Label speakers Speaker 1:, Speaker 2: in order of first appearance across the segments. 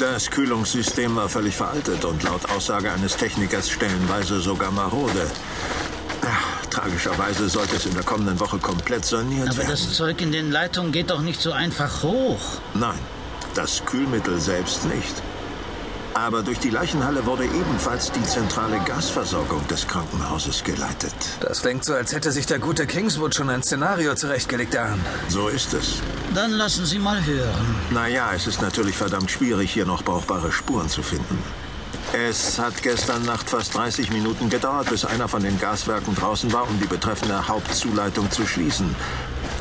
Speaker 1: Das Kühlungssystem war völlig veraltet und laut Aussage eines Technikers stellenweise sogar marode. Ach, tragischerweise sollte es in der kommenden Woche komplett saniert
Speaker 2: Aber
Speaker 1: werden.
Speaker 2: das Zeug in den Leitungen geht doch nicht so einfach hoch.
Speaker 1: Nein, das Kühlmittel selbst nicht. Aber durch die Leichenhalle wurde ebenfalls die zentrale Gasversorgung des Krankenhauses geleitet.
Speaker 3: Das klingt so, als hätte sich der gute Kingswood schon ein Szenario zurechtgelegt, Aaron.
Speaker 1: So ist es.
Speaker 2: Dann lassen Sie mal hören.
Speaker 1: Naja, es ist natürlich verdammt schwierig, hier noch brauchbare Spuren zu finden. Es hat gestern Nacht fast 30 Minuten gedauert, bis einer von den Gaswerken draußen war, um die betreffende Hauptzuleitung zu schließen.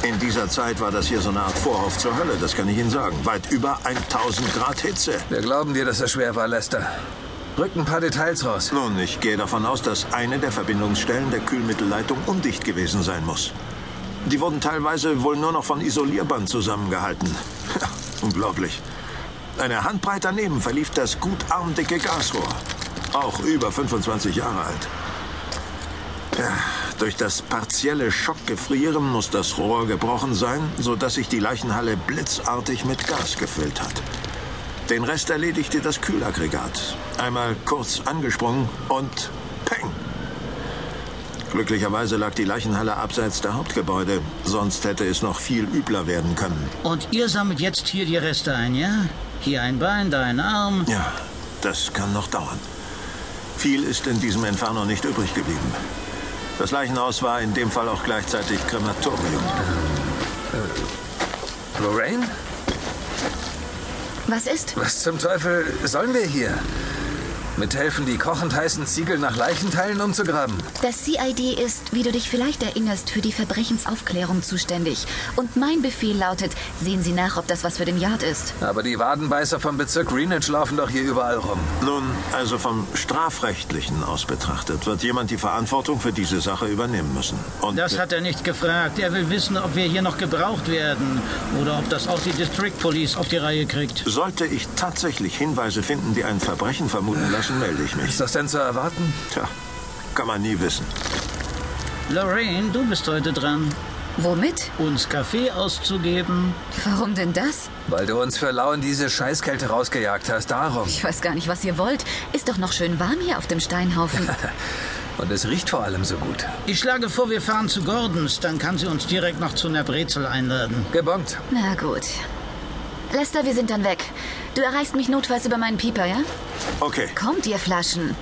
Speaker 1: In dieser Zeit war das hier so eine Art Vorhof zur Hölle, das kann ich Ihnen sagen. Weit über 1000 Grad Hitze.
Speaker 3: Wir glauben dir, dass er schwer war, Lester. Rück ein paar Details raus.
Speaker 1: Nun, ich gehe davon aus, dass eine der Verbindungsstellen der Kühlmittelleitung undicht gewesen sein muss. Die wurden teilweise wohl nur noch von Isolierband zusammengehalten. Ja, unglaublich. Eine Handbreit daneben verlief das gut armdicke Gasrohr. Auch über 25 Jahre alt. Ja, durch das partielle Schockgefrieren muss das Rohr gebrochen sein, sodass sich die Leichenhalle blitzartig mit Gas gefüllt hat. Den Rest erledigte das Kühlaggregat. Einmal kurz angesprungen und peng. Glücklicherweise lag die Leichenhalle abseits der Hauptgebäude, sonst hätte es noch viel übler werden können.
Speaker 2: Und ihr sammelt jetzt hier die Reste ein, ja? Hier ein Bein, da ein Arm.
Speaker 1: Ja, das kann noch dauern. Viel ist in diesem Inferno nicht übrig geblieben. Das Leichenhaus war in dem Fall auch gleichzeitig Krematorium.
Speaker 3: Lorraine?
Speaker 4: Was ist?
Speaker 3: Was zum Teufel sollen wir hier? Mithelfen, die kochend heißen Ziegel nach um Leichenteilen umzugraben.
Speaker 4: Das CID ist, wie du dich vielleicht erinnerst, für die Verbrechensaufklärung zuständig. Und mein Befehl lautet, sehen Sie nach, ob das was für den Yard ist.
Speaker 3: Aber die Wadenbeißer vom Bezirk Greenwich laufen doch hier überall rum.
Speaker 1: Nun, also vom strafrechtlichen aus betrachtet, wird jemand die Verantwortung für diese Sache übernehmen müssen. Und
Speaker 2: Das hat er nicht gefragt. Er will wissen, ob wir hier noch gebraucht werden oder ob das auch die District Police auf die Reihe kriegt.
Speaker 1: Sollte ich tatsächlich Hinweise finden, die ein Verbrechen vermuten lassen, melde ich mich.
Speaker 3: Ist das denn zu erwarten?
Speaker 1: Tja, kann man nie wissen.
Speaker 2: Lorraine, du bist heute dran,
Speaker 4: Womit?
Speaker 2: uns Kaffee auszugeben.
Speaker 4: Warum denn das?
Speaker 3: Weil du uns für lau in diese Scheißkälte rausgejagt hast, darum.
Speaker 4: Ich weiß gar nicht, was ihr wollt. Ist doch noch schön warm hier auf dem Steinhaufen.
Speaker 3: Und es riecht vor allem so gut.
Speaker 2: Ich schlage vor, wir fahren zu Gordons. Dann kann sie uns direkt noch zu einer Brezel einladen.
Speaker 3: Gebongt.
Speaker 4: Na gut. Lester, wir sind dann weg. Du erreichst mich notfalls über meinen Pieper, ja?
Speaker 1: Okay,
Speaker 4: Kommt, ihr Flaschen.